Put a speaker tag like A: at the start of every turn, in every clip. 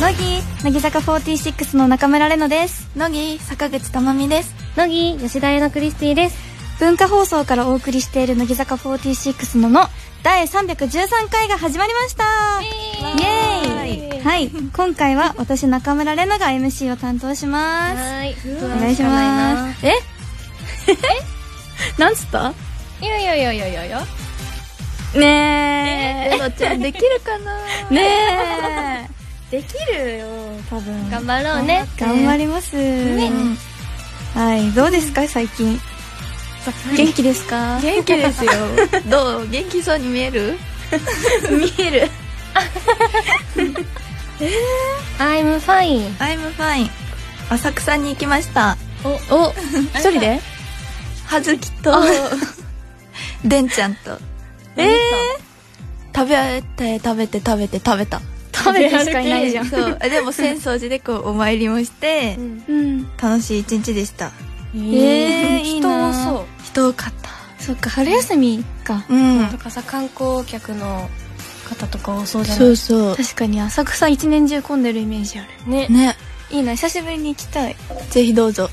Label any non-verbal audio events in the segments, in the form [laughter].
A: 乃木坂46の中村玲乃です
B: 乃木坂口珠美です
C: 乃木吉田彩乃クリスティです
A: 文化放送からお送りしている乃木坂46のの第313回が始まりましたイエーイはい今回は私中村玲奈が MC を担当します
C: い
A: お願いしますええなんつった
B: いやいやいやいやいやいや
A: ね
B: エロちゃんできるかな
A: えねえできるよ多分
C: 頑張ろうね
A: 頑張りますうんはいどうですか最近元気ですか
B: 元気ですよどう元気そうに見える
A: 見える
C: I'm fine
B: I'm fine 浅草に行きました
C: お一人で
B: 葉月とでんちゃんと
A: ええ
B: 食べて食べて食べて食べた
A: 食べてしかいないじゃん
B: そうでも浅草寺でこうお参りもして、
A: うん
B: 楽しい一日でした
A: ええいいな
D: 人多そ
B: 人多かった
A: そっか春休みか
B: うん
D: うとかさ観光客の方とか多そうじゃない
B: そうそ
A: 確かに浅草一年中混んでるイメージある
D: ね
B: うね
A: いいな久しぶりに行きたい
B: ぜひどうぞ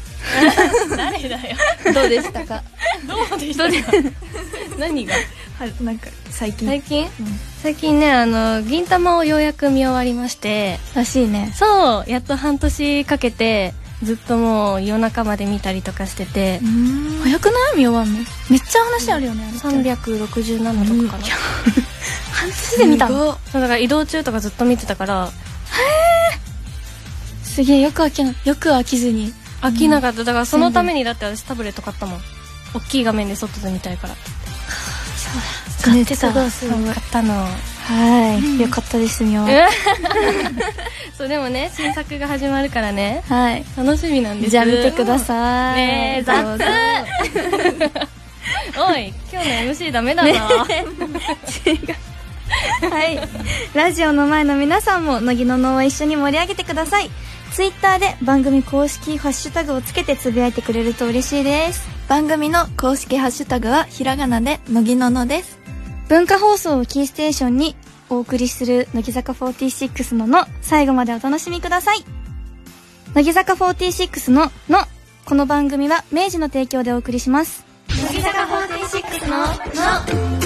D: 誰だよ
B: どうで [laughs] したか
D: どうでしたか [laughs] 何が
B: はなんか最近
C: 最近最近ねあの銀玉をようやく見終わりまして
A: らしいね
C: そうやっと半年かけてずっともう夜中まで見たりとかしてて
A: 早くない見終わんのめっちゃ話あるよねあれって
C: 367とかかな、
A: [laughs] 半年で見たの
C: そうだから移動中とかずっと見てたから
A: すげえよく飽きなよく飽きずに
C: 飽きなかっただからそのためにだって私タブレット買ったもん大きい画面で外で見たいから
A: 買ってた
C: 買
A: は
C: ったの
A: いよかったですよ
C: えそうでもね新作が始まるからね
A: はい
C: 楽しみなんです
A: じゃあ見てください
C: ね
A: [laughs]
C: え雑
A: どうぞ
C: おい今日の MC ダメだな、
A: はい。ラジオの前の皆さんも、乃木の脳を一緒に盛り上げてください。ツイッターで番組公式ハッシュタグをつけてつぶやいてくれると嬉しいです。
B: 番組の公式ハッシュタグはひらがなで乃木ののです
A: 文化放送をキーステーションにお送りする乃木坂46のの最後までお楽しみください。乃木坂46ののこの番組は明治の提供でお送りします。乃木坂46の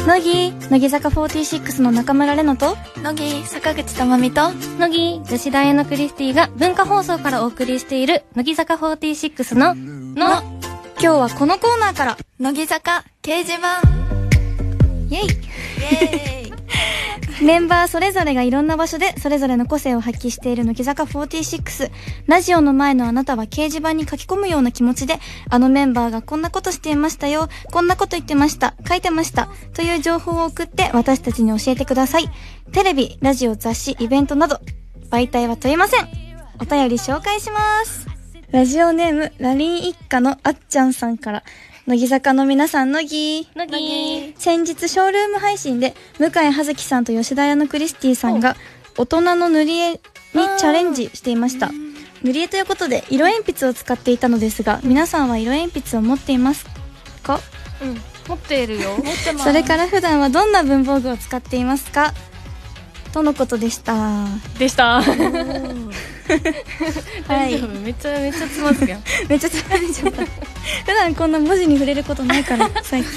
A: の乃木乃木坂46の中村玲奈と
B: 乃木坂口珠美と
C: 乃木女子大のクリスティが文化放送からお送りしている乃木坂46のの
A: 今日はこのコーナーから
B: 乃木坂掲示 [laughs] 板
A: イェイ
B: イエーイ
A: メンバーそれぞれがいろんな場所でそれぞれの個性を発揮している乃木坂46。ラジオの前のあなたは掲示板に書き込むような気持ちで、あのメンバーがこんなことしていましたよ、こんなこと言ってました、書いてました、という情報を送って私たちに教えてください。テレビ、ラジオ、雑誌、イベントなど、媒体は問いません。お便り紹介します。ラジオネーム、ラリン一家のあっちゃんさんから、乃木坂の皆さん、乃木。
C: 乃木
A: 先日ショールーム配信で向井葉月さんと吉田屋のクリスティさんが大人の塗り絵にチャレンジしていました塗り絵ということで色鉛筆を使っていたのですが皆さんは色鉛筆を持っていますか
C: うん持っているよ持って
A: それから普段はどんな文房具を使っていますかとのことでした
C: でした
A: は
C: 大
A: い
C: 丈夫めっちゃめっちゃつまずくやん
A: [laughs] めっちゃ疲れちゃった [laughs] 普段こんな文字に触れることないから最 [laughs] 近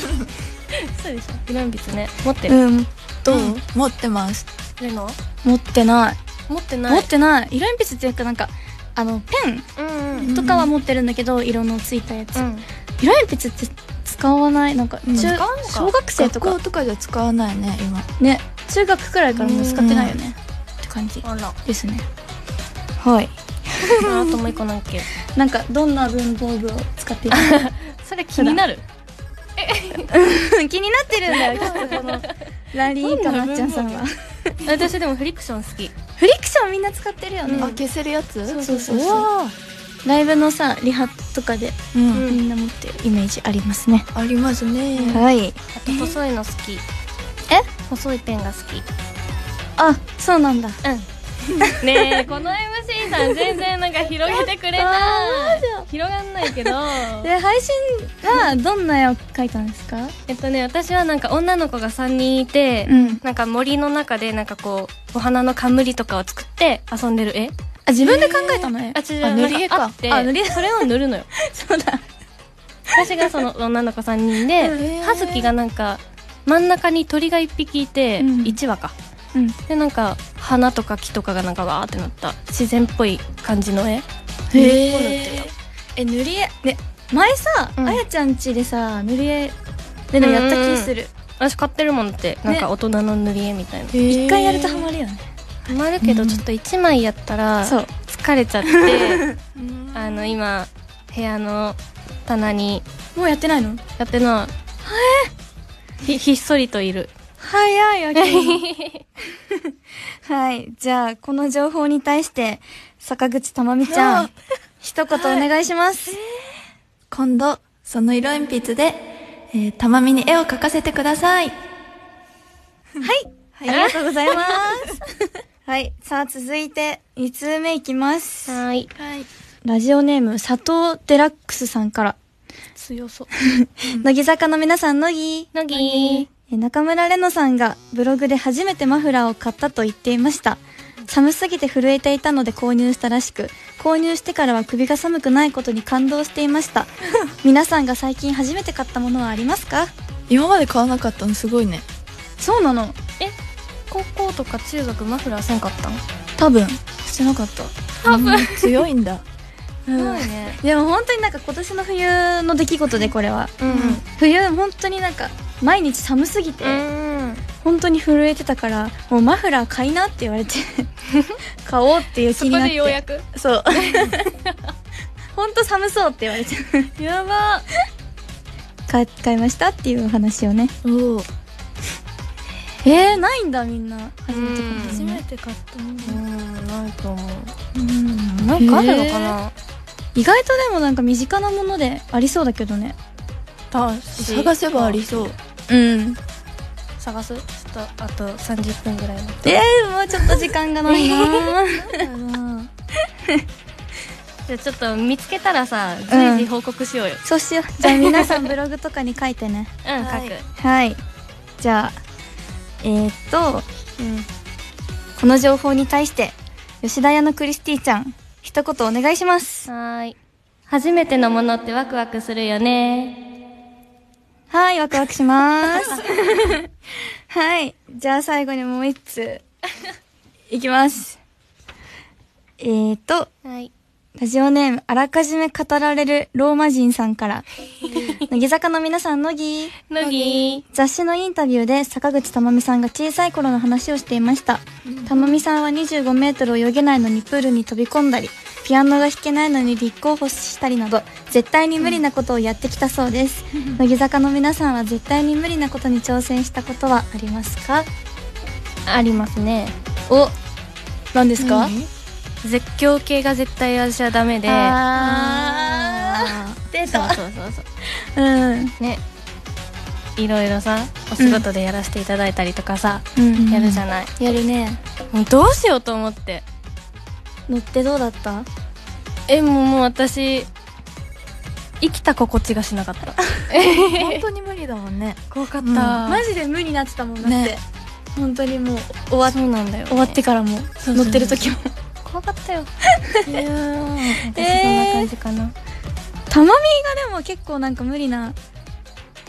C: そうでしょ色鉛筆ね持ってる
A: うん
B: どう、持ってます
C: レノ
A: 持ってない、
C: 持って
A: 持
C: ない
A: ってない色鉛筆っていうかなんかあのペン
C: うんうん
A: とかは持ってるんだけど、色のついたやつ、
C: うん
A: 色鉛筆って使わないなんか中、
B: 使わん
D: か
A: 小学生と
B: 学校
A: か
B: とかじゃ使わないね今
A: ね中学くらいからもう使ってないよねって感じ
D: あら
A: ですねはい
C: あともう一個なんだっけ
A: なんかどんな文房具を使っているのか
C: それ気になる
A: [laughs] 気になってるんだよきっとこ [laughs] のラリーかなっちゃんさんは
C: 私でもフリクション好き
A: フリクションみんな使ってるよね、
B: あ消せるやつそう
A: そうそうそうライブのさリハとかで
B: うん、
C: うん
A: みんな持ってるイメージありますね、
B: ありますね、
A: はい
C: あと細いの好き
A: え
C: 細いペンが好き
A: あそうなんだ [laughs]
C: うん。ねえ、この MC さん全然なんか広げてくれない。広がんない
A: [laughs]
C: けど。
A: で配信はどんな絵を描いたんですか
C: えっとね、私はなんか女の子が3人いて、
A: うん
C: なんか森の中でなんかこう、お花の冠とかを作って遊んでる絵
A: あ、自分で考えたのね。
C: あ、違う違う
A: あ、塗り絵
C: なんあ
A: か
C: っ。て
A: あ、塗り絵。
C: それを塗るのよ
A: [laughs] そうだ。
C: 私がその女の子3人で
A: [laughs] へー
C: 葉月がなんか真ん中に鳥が1匹いて、
A: うん
C: 1羽か
A: うん。
C: でなんか花とか木とかがなんかわーってなった自然っぽい感じの絵
A: へえ。え、塗り絵。ね、前さ、
C: うん
A: あやちゃん家でさ、塗り絵でね、やった気する。
C: 私買ってるもんってなんか大人の塗り絵みたいな
A: 一回やるとハマるよね。
C: ハマるけどちょっと1枚やったら
A: そう
C: 疲れちゃって、 [laughs] あの今部屋の棚に
A: もうやってないの
C: やってないひひっそりとい [laughs] る
A: 早いわけ。はい。じゃあ、この情報に対して、坂口たまみちゃん、一言お願いします。
B: 今度、その色鉛筆で、えー、たまみに絵を描かせてください。
A: はい、ありがとうございます。 [laughs] はい。さあ、続いて、2通目いきます。
C: はーい
B: はい。
A: ラジオネーム、佐藤デラックスさんから。
C: 強そう
A: 乃木坂の皆さん、乃木。
C: 乃木
A: え中村玲乃さんがブログで初めてマフラーを買ったと言っていました。寒すぎて震えていたので購入したらしく、購入してからは首が寒くないことに感動していま [laughs] した。皆さんが最近初めて買ったものはありますか
B: 今まで買わなかったのすごいね。
A: そうなの。
C: 高校とか中学マフラーせんかったの
A: 多分。してなかった。
B: 多分。強いんだ。
A: うん
C: ごいね
A: でも本当になんか今年の冬の出来事でこれは。
C: うん
A: 冬本当になんか毎日寒すぎて、本当に震えてたからもうマフラー買いなって言わ [laughs] れて買おうっていう気になって
C: く
A: そう本当寒そうって言われて
C: やば
A: [laughs] 買買いましたっていうお話をね
B: おお。
A: えー、ないんだみんな初めて買った
C: 初
A: のね
B: て買った
C: うんないと思
A: うん
C: うなんかあるのかな
A: 意外とでもなんか身近なものでありそうだけどね
B: 探せばありそう。
A: うん
C: 探すちょっとあと30分ぐらいの
A: えー、もうちょっと時間がないな
C: [laughs] じゃあちょっと見つけたらさ随時報告しようよ
A: そうしよ [laughs] うじゃあ皆さんブログとかに書いてね
C: うん、書
B: はい
C: く
A: はいじゃあえー、っとこの情報に対して吉田屋のクリスティちゃん一言お願いします
C: はーい初めてのものってワクワクするよね
A: はいワクワクしますはいじゃあ最後にもう一ついきますえー、っと
C: はい
A: ラジオネームあらかじめ語られるローマ人さんから乃木坂の皆さん乃木
C: 乃木
A: 雑誌のインタビューで坂口珠美さんが小さい頃の話をしていました珠美さんは25メートルを泳げないのにプールに飛び込んだりピアノが弾けないのに立候補したりなど絶対に無理なことをやってきたそうです、乃木坂の皆さんは絶対に無理なことに挑戦したことはありますか
C: ありますね
A: お何ですか、
C: 絶叫系が絶対私はダメで
A: あー出
C: そう
A: た
C: そうそうそう
A: うん
C: ねいろいろさお仕事でやらせていただいたりとかさ、
A: うん
C: やるじゃない、
A: やるね
C: もうどうしようと思って
A: 乗ってどうだった
C: えもうもう私生きた心地がしなかった
B: 本当に無理だもんね。
C: 怖かった、
B: うん
A: マジで無になってたもんだって、
B: ね
A: 本当にもう [laughs] 終わっ
C: そうなんだよ、
A: 終わってからも
C: そうそ
A: 乗
C: う
A: ってる時も
C: 怖かったよ
B: いやー。
C: 私そんな感じかな、
A: たまみがでも結構なんか無理な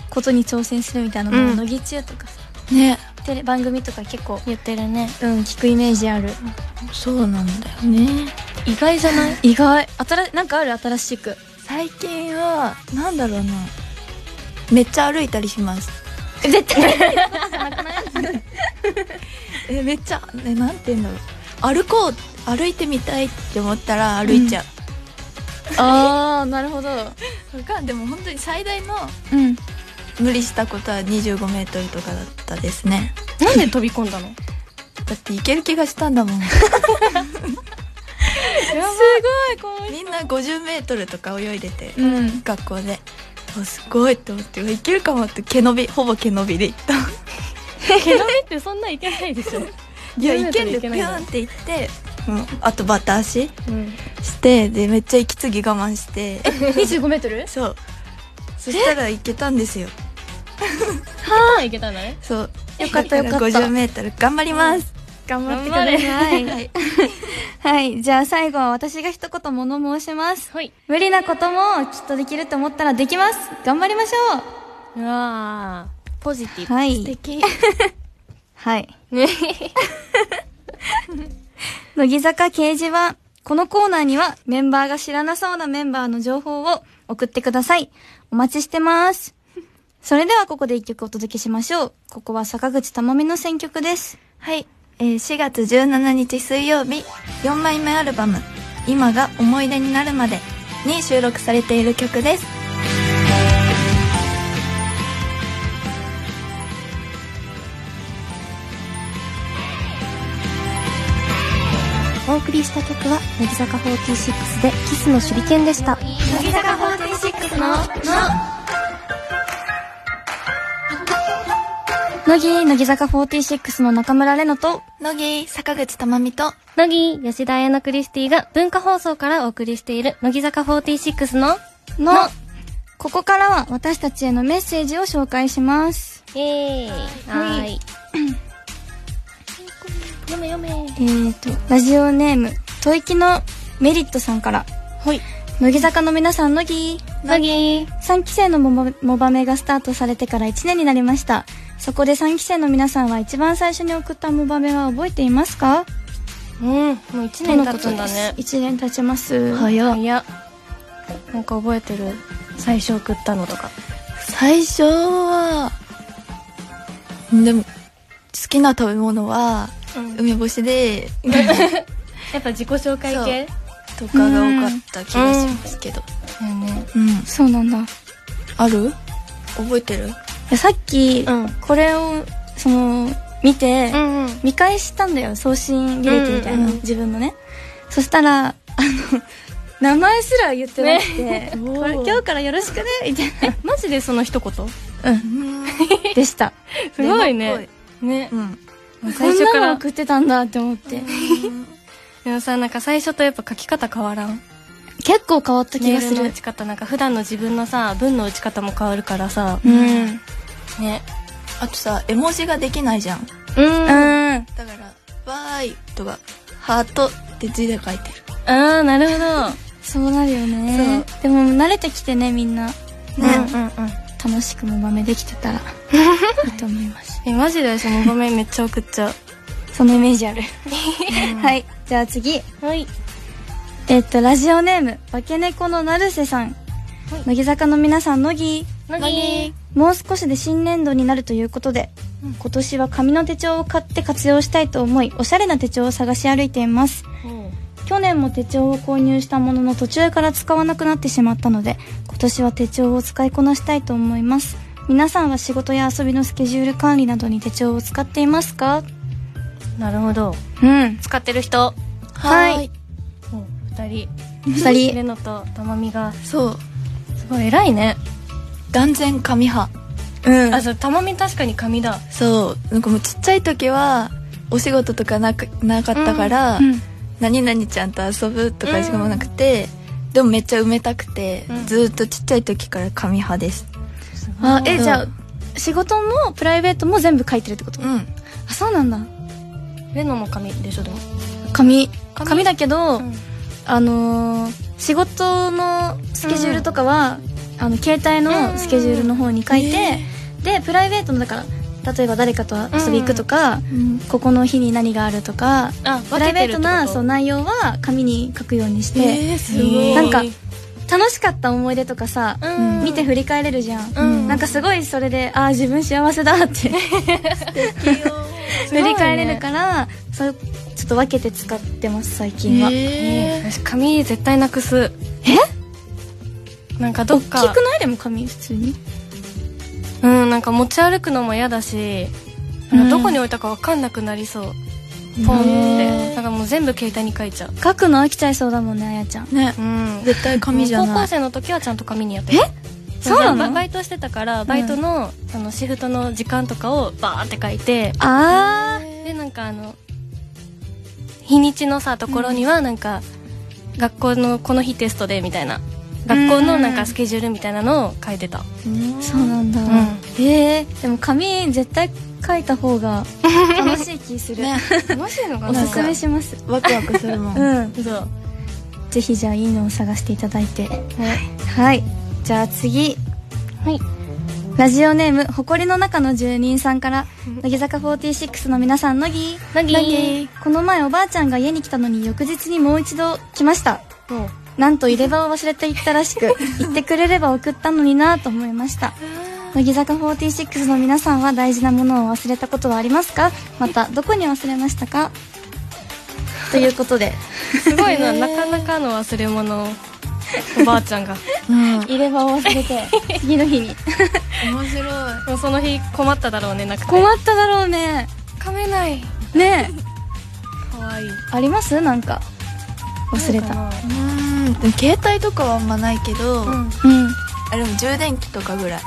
A: ことに挑戦するみたいなの
C: う
A: を
C: ん
A: 乃木中とかさ
B: ね。
A: テレ番組とか結構
C: 言ってるね
A: うん聞くイメージある
B: そうなんだよね。
C: 意外じゃない
A: 意外新しなんかある新しく
B: 最近は、なんだろうな。めっちゃ歩いたりします。
A: 絶対
B: えめっちゃねなんて言うんだろう歩こう歩いてみたいって思ったら歩いちゃう、
A: ああなるほど
B: わかんでも本当に最大の
A: うん
B: 無理したことは2 5ルとかだったですね
C: なんで飛び込んだの
B: だって行ける気がしたんだもん
A: すごいこ
B: みんな5 0ルとか泳いでて、
A: [laughs] うん
B: 学校でおすごいって思ってうわ行けるかもって毛伸びほぼ毛伸びで行った
C: 毛伸びってそんないけないでしょ、
B: いや
C: 10
B: 行けん
C: い
B: で
C: け
B: ピ
C: な
B: ュ
C: いんだ
B: ーンって行って、うん、あとバタ足
C: うん、
B: してでめっちゃ息継ぎ我慢して
A: 25メートル
B: そうそしたら行けたんですよ
C: はあいけたんだね
B: そう。
A: よかったよかった
B: 50メートル頑張ります。
A: 頑張ってく
C: 頑張れ
A: ださい。はい。 [laughs] はい。じゃあ最後は私が一言物申します。
C: はい
A: 無理なこともきっとできると思ったらできます。頑張りましょ
C: うわーポジティ
A: う。
C: ブ
A: は
B: 素
A: い。
B: 敵
A: [laughs] はい。
C: ね
A: 乃木坂掲示板。このコーナーにはメンバーが知らなそうなメンバーの情報を送ってください。お待ちし
E: [laughs]
A: てます。それではここで一曲お届けしましょう。ここは坂口珠美の選曲です。
B: はい、えー4月17日水曜日4枚目アルバム「今が思い出になるまで」に収録されている曲です
E: お送りした曲は乃木坂46でキスの手裏剣でした
C: 乃木坂46の
A: 乃木、乃木坂46の中村玲乃と、
B: 乃木坂口珠美と
C: 乃木吉田彩乃クリスティが文化放送からお送りしている乃木坂46の
A: の、ここからは私たちへのメッセージを紹介します。
C: イエーイはーい読め読め
A: えーと、ラジオネーム、吐息のメリットさんから。
C: はい
A: 乃木坂の皆さん、乃木。
C: 乃木
A: 3期生のモバモバメがスタートされてから1年になりました。そこで3期生の皆さんは一番最初に送ったモバメは覚えていますか
C: うんもう1年経つんだね
A: 1年経ちます。
D: 早っ
C: いや
D: なんか覚えてる最初送ったのとか
B: 最初はでも好きな食べ物は梅干しで、
C: やっぱ自己紹介系
B: とかが多かった気がしますけど
D: だよね
B: うん、
A: そうなんだ。い
B: ある覚えてる
A: やさっき、
C: うん
A: これを、その、見て、
C: んうん
A: 見返したんだよ送信履歴みたいな、
C: うんうん
A: 自分のねそしたらあの [laughs] 名前すら言ってなくて、これ今日からよろしくねみたいな
C: マジでその一言 [laughs]
A: でした
C: すごいねね
B: うん
A: 最
C: 最
A: 初
C: 初
A: か
C: からら
A: 送ってたんだって思って
C: でもさなんか最初とやっぱ書き方変わらん
A: 結構変わった気
C: メ
A: が
C: ー
A: す
C: ルの打
A: る
C: ち方なんか普段の自分のさ文の打ち方も変わるからさ
A: うんうん
C: ね
B: あとさ絵文字ができないじゃん
C: うん
A: あ
B: だから「わーい」とか「ハート」って字で書いてる
C: ああなるほど
A: そうなるよねでも慣れてきてねみんな
B: ね、
C: うんうん
A: 楽しくも豆できてたらいいと思います
C: えマジで私もごめんめっちゃ送っちゃ
A: そのイメージあるはいじゃあ次
C: うはい
A: えっとラジオネーム化け猫の成瀬さん、
C: はい
A: 乃木坂の皆さん乃木
C: 乃木
A: もう少しで新年度になるということで、今年は紙の手帳を買って活用したいと思い、おしゃれな手帳を探し歩いています。去年も手帳を購入したものの途中から使わなくなってしまったので、今年は手帳を使いこなしたいと思います。皆さんは仕事や遊びのスケジュール管理などに手帳を使っていますか
C: なるほど
A: うん。
C: 使ってる人
A: はい
B: はーい
C: もう二人
A: 二
C: レ
A: 人。
C: ノとたまみが
B: そう
C: すごい偉いね
B: 断然紙派
A: うん。
C: あそうたまみ確かに紙だ
B: そうなんかもうちっちゃい時はお仕事とかなくなかったから、
A: うん
B: 何々ちゃんと遊ぶと
C: う
B: か
C: ん
B: しかもなくて、でもめっちゃ埋めたくて、
C: うん
B: ずーっとちっちゃい時から紙派です
A: あ、え、
B: うん
A: じゃあ、仕事もプライベートも全部書いてるってこと、
B: うん
A: あ、そうなんだ。
C: レノも紙でしょでも
A: 紙。紙だけど、
C: うん
A: あのー仕事のスケジュールとかは、あの携帯のスケジュールの方に書いて、でプライベートのだから例えば誰かと遊び行くとか、ここの日に何があるとか
C: あ
A: プ
C: 分
A: ラ
C: け
A: イベ
C: て
A: ー
C: るってこと
A: トなそう内容は紙に書くようにして、
B: えー、すごい、
A: なんか楽しかった思い出とかさ、
C: うん
A: 見て振り返れるじゃん、
C: うん
A: なんかすごいそれでああ自分幸せ [laughs] だって
C: すご
A: 振
C: いね
A: り返れるから、そうちょっと分けて使ってます最近は、
B: えー、
C: 私紙絶対なくすえなんかど
A: 大
C: っ
A: き
C: か
A: くないでも紙普通に
C: うんなんか持ち歩くのも嫌だしなんかどこに置いたか分かんなくなりそう、ポンってなんかもう全部携帯に書いちゃう
A: 書くの飽きちゃいそうだもんねあやちゃん
B: ね
C: うん
B: 絶対紙じゃ
C: 高
B: な
C: 校
B: い
C: 生の時はちゃんと紙にやってた
A: そうなの
C: ババイトしてたからバイトの,、あのシフトの時間とかをバーって書いて
A: あ
C: でなんかあの日にちのさところにはなんか、学校のこの日テストでみたいな学校のなんかスケジュールみたいなのを書いてた
A: そうなんだ、
C: う
A: えー、でも紙絶対書いた方が楽しい気す [laughs] る、
B: ね
C: 楽しいのか
A: お
C: な
A: すすめします
B: ワクワクするもん、
A: うん
C: そう
A: ぜひじゃあいいのを探していただいてはいじゃあ次
E: はい
A: ラジオネーム誇りの中の住人さんから乃木坂46の皆さん乃木
C: 乃木
A: この前おばあちゃんが家に来たのに翌日にもう一度来ましたなんと入れ歯を忘れていったらしく言ってくれれば送ったのになぁと思いました乃木坂46の皆さんは大事なものを忘れたことはありますかまたどこに忘れましたかということです
C: ごいななかなかの忘れ物をおばあちゃんが
B: うん、面
A: 入れ歯を忘れ [laughs] て次の日に
B: 白い
C: もうその日困っただろうねなくて
A: 困っただろうね
C: 噛めない
A: ねえ
C: かわいい
A: ありますなんか忘れた
C: あるか
B: うんでも携帯とかはあんまないけど、
C: なうん
A: うん
B: あでも充電器とかぐらい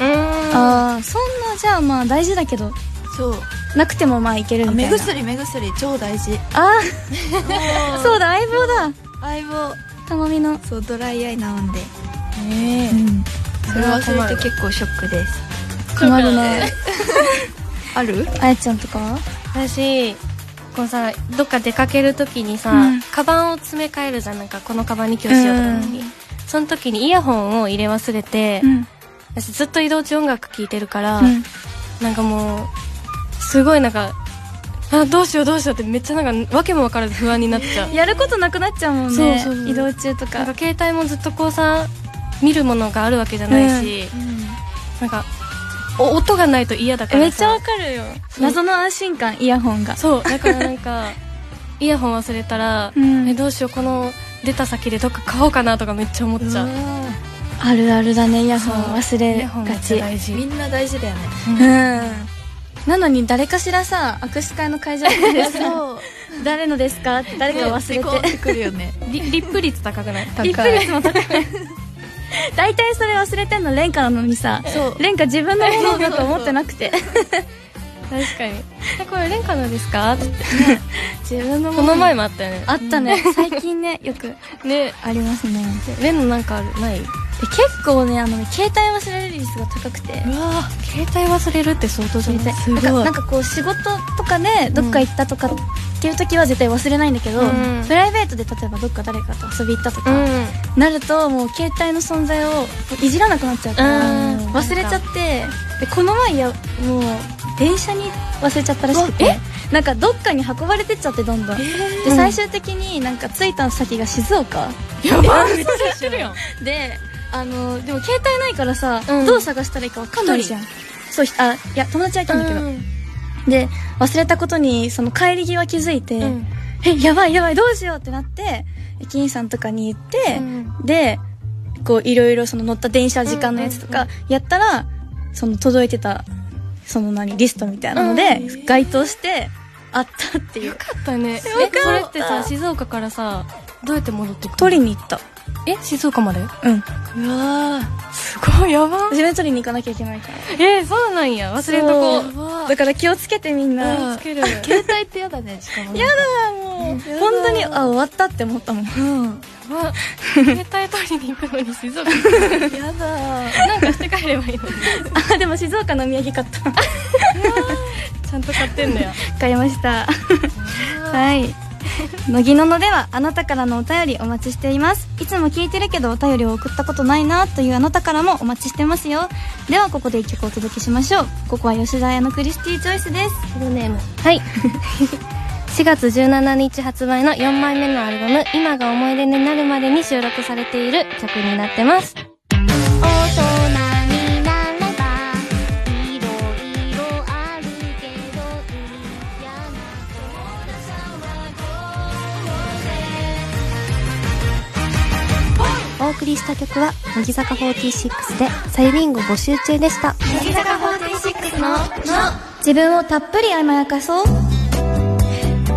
B: う
C: ーん
A: ああそんなじゃあまあ大事だけど
B: そう
A: なくてもまあいける
B: あ
A: みた
B: 目
A: いな
B: 薬目薬超大事
A: あ [laughs] あそうだ相棒だ
B: 相棒
A: たまみの
B: そうドライアイなもんで、
C: ね
B: うん、それ
C: れは困る
B: 忘れて結構ショックです
A: 困るね
B: ある
A: あやちゃんとかは
C: 私こうさどっか出かける時にさ、
A: うん
C: カバンを詰め替えるじゃんなんかこのカバンに今日しようとかに、その時にイヤホンを入れ忘れて、
A: ん
C: 私ずっと移動中音楽聴いてるから、
A: うん
C: なんかもうすごいなんかあどうしようどうしようってめっちゃなんか訳も分からず不安になっちゃう
A: やることなくなっちゃうもんね
C: そうそう
A: 移動中と
C: なん
A: か
C: か携帯もずっとこうさ見るものがあるわけじゃないし、なんかお音がないと嫌だからさ
A: めっちゃわかるよ謎の安心感イヤホンが
C: そうだからなん
A: [laughs]
C: かイヤホン忘れたら、
A: うん
C: えどうしようこの出た先でどっか買おうかなとかめっちゃ思っちゃう
A: あるあるだねイヤホン
C: そう
A: 忘
C: イ
A: れ
C: ヤホンめ
A: が
C: っちゃ
A: ち
C: 大事
B: みんな大事だよね
A: うんなのに誰かしらさ握手会の会場とかで [laughs] さ
B: そう
A: 誰のですかって誰か忘れて
B: ねってくるよね
C: リリップ率高くない
A: 1ヶ月も高い大体それ忘れてんのレンカなのにさ
B: そう
A: レンカ自分のものだと思ってなくて
C: 確かにえこれ廉価なんですかって言って
A: 自分のも
C: こ
A: の
C: の前もあったよね
A: あったね最近ねよく
C: ね
A: ありますね
C: レンのなんかあるない
A: で結構ねあのね携帯忘れる率が高くて
C: わ携帯忘れるって相当じゃない
A: 携帯なんかなんかこう仕事とかでどっか行ったとかっていう時は絶対忘れないんだけど、
C: うん
A: プライベートで例えばどっか誰かと遊び行ったと
C: う
A: か、
C: ん
A: なるともう携帯の存在をいじらなくなっちゃうから
C: うん
A: 忘れちゃってでこの前やもう電車に忘れちゃったらしくてなんかどっかに運ばれてっちゃってどんどん、で最終的になんか着いた先が静岡
C: やばいめっちゃ知ってるやん
A: であのでも携帯ないからさ、
C: うん
A: どう探したらいいかわかんないじゃんそうひあいや友達はいたんだけど、で忘れたことにその帰り際気づいて、
C: うん
A: えやばいやばいどうしようってなって駅員さんとかに言って、でこういろいろその乗った電車時間のやつとかやったらその届いてたその何リストみたいなので該当してあったっていう
C: よかったねえそれってさ静岡からさどうやって戻ってくる
A: 取りに行った
C: え静岡まで
A: う
C: う
A: ん
C: わーすごいやば
A: 自分で取りに行かなきゃいけないから
C: えー、そうなんや忘れんとこ
A: そうだから気をつけてみんな、
C: 気をつける
B: [laughs] 携帯ってやだねしかもね
A: やだもう、本当にあ終わったって思ったもん
B: うん
C: わ携帯取りに行くのに静岡に
B: やだ
C: なんかして帰ればいいのに
A: [laughs] あでも静岡のお土産買った
C: ちゃんと買ってんだよ
A: 買いましたはい乃木ののではあなたからのお便りお待ちしていますいつも聞いてるけどお便りを送ったことないなというあなたからもお待ちしてますよではここで一曲お届けしましょうここは吉田彩のクリスティチョイスです
D: フルネームはい4月17日発売の4枚目のアルバム「今が思い出になるまで」に収録されている曲になってます
F: 大人になればいろいろあるけど嫌なことさ
E: お送りした曲は乃木坂46でサイリンゴ募集中でした
A: 自分をたっぷり甘やかそう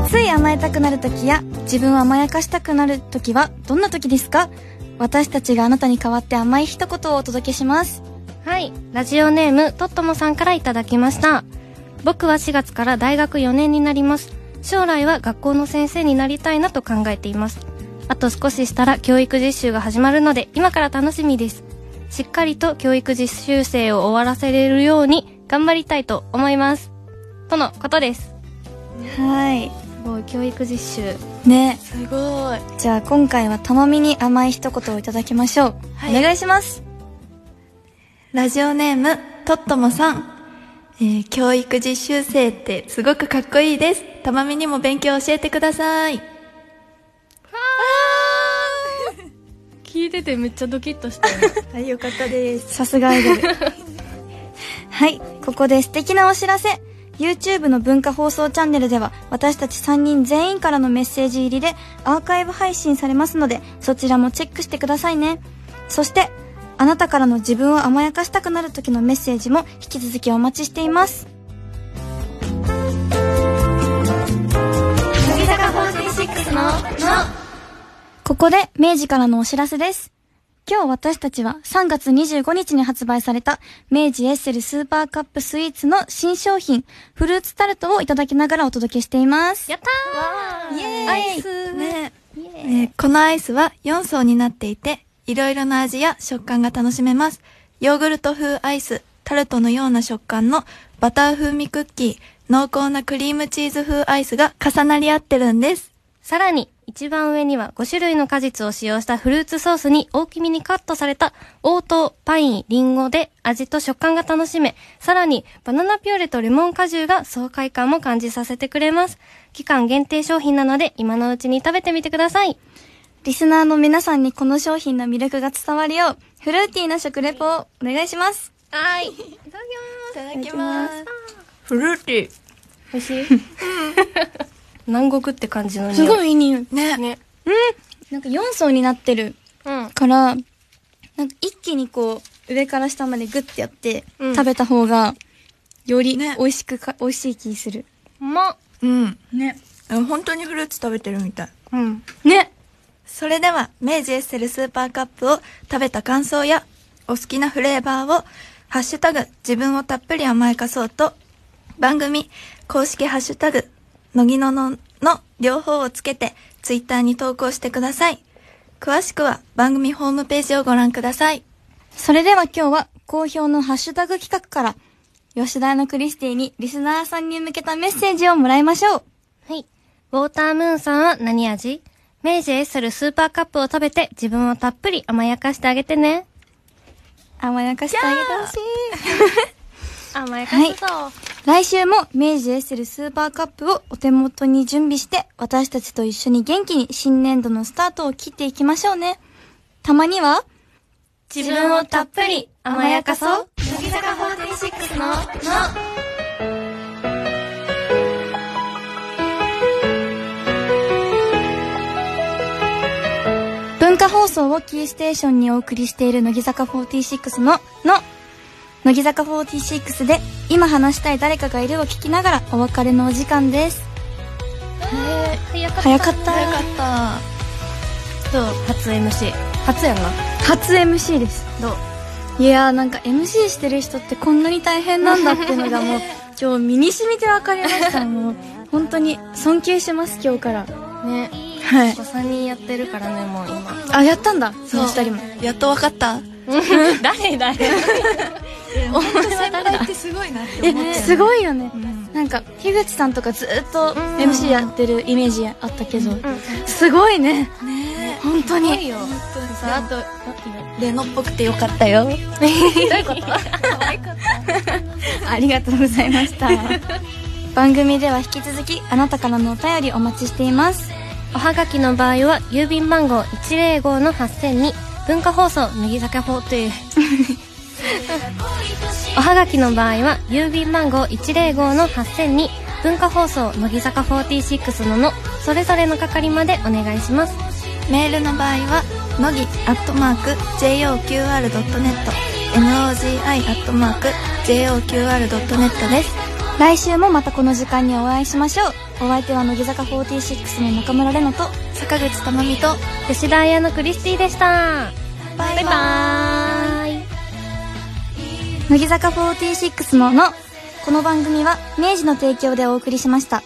A: つい甘えたくなる時や自分を甘やかしたくなる時はどんな時ですか私たちがあなたに代わって甘い一言をお届けします
D: はい。ラジオネーム、とっともさんからいただきました。僕は4月から大学4年になります。将来は学校の先生になりたいなと考えています。あと少ししたら教育実習が始まるので今から楽しみですしっかりと教育実習生を終わらせれるように頑張りたいと思いますとのことです
A: はい
D: すごい教育実習
A: ね
B: すごい
A: じゃあ今回はたまみに甘い一言をいただきましょう、
B: はい
A: お願いします
B: ラジオネームとっともさん、えー教育実習生ってすごくかっこいいですたまみにも勉強教えてください
C: 聞いててめっちゃドキッとしたよね
B: はいよかったです
A: さすがアイドルはいここで素敵なお知らせ YouTube の文化放送チャンネルでは私たち3人全員からのメッセージ入りでアーカイブ配信されますのでそちらもチェックしてくださいねそしてあなたからの自分を甘やかしたくなる時のメッセージも引き続きお待ちしています乃木坂46のここで明治からのお知らせです今日私たちは3月25日に発売された明治エッセルスーパーカップスイーツの新商品フルーツタルトをいただきながらお届けしています。やったーイエーイ
B: アイスね、えーこのアイスは4層になっていて、いろいろな味や食感が楽しめます。ヨーグルト風アイス、タルトのような食感のバター風味クッキー、濃厚なクリームチーズ風アイスが重なり合ってるんです。
D: さらに、一番上には5種類の果実を使用したフルーツソースに大きめにカットされた応答、パイン、リンゴで味と食感が楽しめ、さらにバナナピューレとレモン果汁が爽快感も感じさせてくれます。期間限定商品なので今のうちに食べてみてください。
A: リスナーの皆さんにこの商品の魅力が伝わるよう、フルーティーな食レポをお願いします。
D: はい。
B: いただ
A: きます
B: す。フルーティ
D: 美味しい南国って感じの匂い。い。
A: いい匂い。
B: ー。ね。
C: ね
A: なんか4層になってる
C: うん
A: から、なんか一気にこう、上から下までグッてやって、
C: うん
A: 食べた方が、より
B: ね
A: 美味しくか、美味しい気する。
C: ま
B: うん。
A: ね。
B: 本当にフルーツ食べてるみたい。
C: うん
A: ね
B: それでは、明治エッセルスーパーカップを食べた感想や、お好きなフレーバーを、ハッシュタグ、自分をたっぷり甘やかそうと、番組、公式ハッシュタグ、のぎののの両方をつけて、ツイッターに投稿してください。詳しくは、番組ホームページをご覧ください。
A: それでは今日は好評のハッシュタグ企画から吉田屋のクリスティにリスナーさんに向けたメッセージをもらいましょう。
D: はい。ウォータームーンさんは何味明治エッセルスーパーカップを食べて自分をたっぷり甘やかしてあげてね。
A: 甘やかしてあげてほしい。
D: 甘やそう。
A: 来週も明治エッセルスーパーカップをお手元に準備して私たちと一緒に元気に新年度のスタートを切っていきましょうね。たまには
D: 自分をたっぷり甘やかそう。
A: 文化放送をキーステーションにお送りしている乃木坂46のの乃木坂46で今話したい誰かがいるを聞きながらお別れのお時間です。
D: 早か
A: 早かった。
B: か
D: どう初 MC。初やな。
A: 初 MC です。
D: どう
A: いやーなんか MC してる人ってこんなに大変なんだっていうのが
D: [laughs]
A: もう今日身に染みて分かりました。もう本当に尊敬します今日から。
D: ね。
A: は
D: お。子さんにやってるからね、もう今。
A: あ、やったんだ。その二人も。
B: った。やっとわ
A: [laughs]
B: かった。[laughs]
D: 誰誰
B: お前はってすごいなって思っ
A: え、
B: て。
A: すごいよね。
B: うん
A: なんか、樋口さんとかずっと MC やってるイメージあったけど、すごいね。
B: ね
A: 本当
D: すごい
A: に。
D: よ。
B: さ
D: さあ、あと、あ
B: レノっぽくてよかったよ。
A: ありがとうございました。番組では引き続きあなたからのお便りお待ちしています。
D: おはがきの場合は、郵便番号105の8000に、文化放送、乃木坂40。おはがきの場合は、郵便番号105の8000に、文化放送、乃木坂46のの、それぞれの係までお願いします。
B: メールの場合は、のぎアットマーク JOQR.net、NOGI アットマーク JOQR.net です。
A: 来週もまたこの時間にお会いしましょう。お相手は乃木坂46の中村れのと、
B: 坂口珠美と、
D: 吉田彩のクリスティでした。
B: バイバイ。
D: バイ。
A: 乃木坂46のの、この番組は明治の提供でお送りしました。